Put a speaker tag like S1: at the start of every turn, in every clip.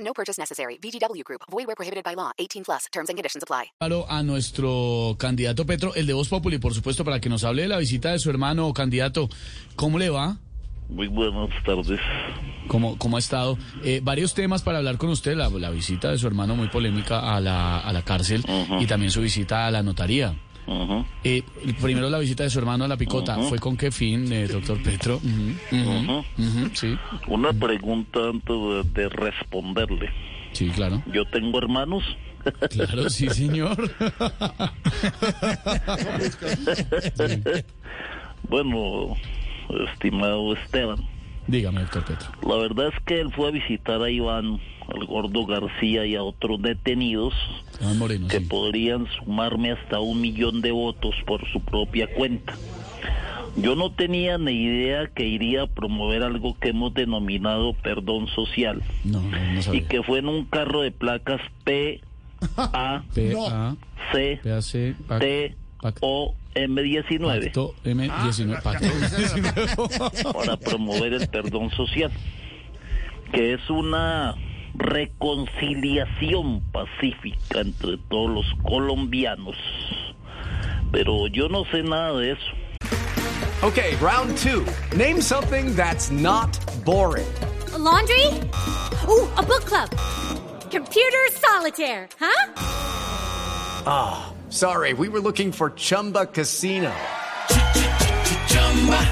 S1: No purchase necessary. VGW Group. Void where prohibited by law. 18 plus. Terms and conditions apply.
S2: Palo a nuestro candidato Petro, el de Voz Populi, por supuesto, para que nos hable de la visita de su hermano candidato. ¿Cómo le va?
S3: Muy buenas tardes.
S2: ¿Cómo, cómo ha estado? Eh, varios temas para hablar con usted. La, la visita de su hermano muy polémica a la, a la cárcel y también su visita a la notaría.
S3: Ujú.
S2: Eh, el- primero la visita de su hermano a la picota. ¿Fue con qué fin, eh, doctor Petro? Ujú, ujú, ujú, sí,
S3: Una pregunta antes de, de responderle.
S2: sí, claro.
S3: Yo tengo hermanos.
S2: Claro, sí, señor.
S3: Bueno, estimado Esteban,
S2: Dígame, doctor Petro.
S3: la verdad es que él fue a visitar a Iván, al gordo García y a otros detenidos
S2: Iván Moreno,
S3: que
S2: sí.
S3: podrían sumarme hasta un millón de votos por su propia cuenta. Yo no tenía ni idea que iría a promover algo que hemos denominado perdón social
S2: No, no, no
S3: y
S2: sabía.
S3: que fue en un carro de placas P A
S2: P, A,
S3: C
S2: P, A, C, Pac-
S3: T
S2: Pacto.
S3: O M19
S2: Pacto M19. Pacto.
S3: para promover el perdón social, que es una reconciliación pacífica entre todos los colombianos. Pero yo no sé nada de eso.
S4: Okay, round two. Name something that's not boring.
S5: A laundry? Ooh, a book club. Computer solitaire, huh?
S4: Sorry, we were looking for Chumba Casino.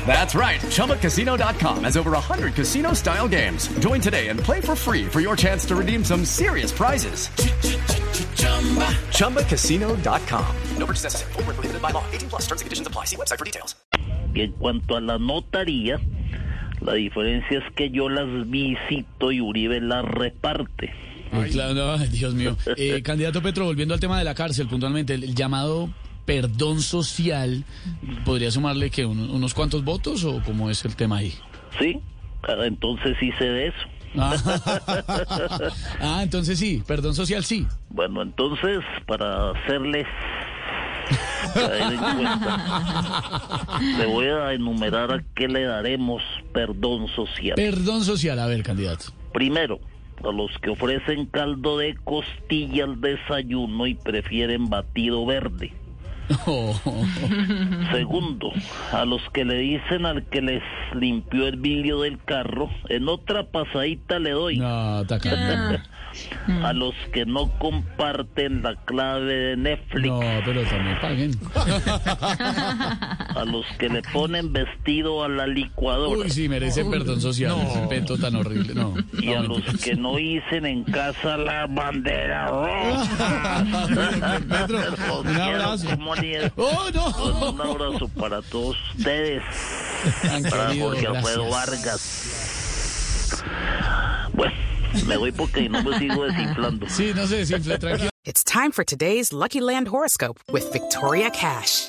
S4: That's right, ChumbaCasino.com has over 100 casino style games. Join today and play for free for your chance to redeem some serious prizes. ChumbaCasino.com. No purchase necessary, forward prohibited by law, 18 plus terms and conditions apply. See website for details.
S3: Y en cuanto a la notaría, la diferencia es que yo las visito y Uribe las reparte.
S2: Eh, claro, no, ay, Dios mío. Eh, candidato Petro, volviendo al tema de la cárcel, puntualmente, el, el llamado perdón social, ¿podría sumarle que un- unos cuantos votos o cómo es el tema ahí?
S3: ¿Sí? Ah, Entonces hice de eso.
S2: Ah, ah, entonces sí, perdón social sí.
S3: Bueno, entonces, para hacerles caer en cuenta, le voy a enumerar a qué le daremos perdón social.
S2: Perdón social, a ver, candidato.
S3: Primero, a los que ofrecen caldo de costilla al desayuno y prefieren batido verde.
S2: Oh, oh, oh.
S3: Segundo, a los que le dicen al que les limpió el vidrio del carro, en otra pasadita le doy.
S2: No, está cambiando.
S3: Ah. A los que no comparten la clave de Netflix.
S2: No, pero también paguen.
S3: a los que le ponen vestido a la licuadora
S2: Uy, sí, merece perdón social. Ese pento tan horrible. No,
S3: y a
S2: no,
S3: los
S2: mentira.
S3: que no hicen en casa la bandera roja.
S2: Pedro,
S3: Los
S2: un
S3: quiero,
S2: abrazo.
S3: como líder.
S2: ¡Oh, no!
S3: Un abrazo para todos ustedes,
S2: Tan
S3: para
S2: querido,
S3: Jorge Alfredo
S2: gracias.
S3: Vargas. Bueno, me voy porque no me sigo desinflando.
S2: Sí, no se desinfla, tranquilo.
S6: It's time for today's Lucky Land horoscope with Victoria Cash.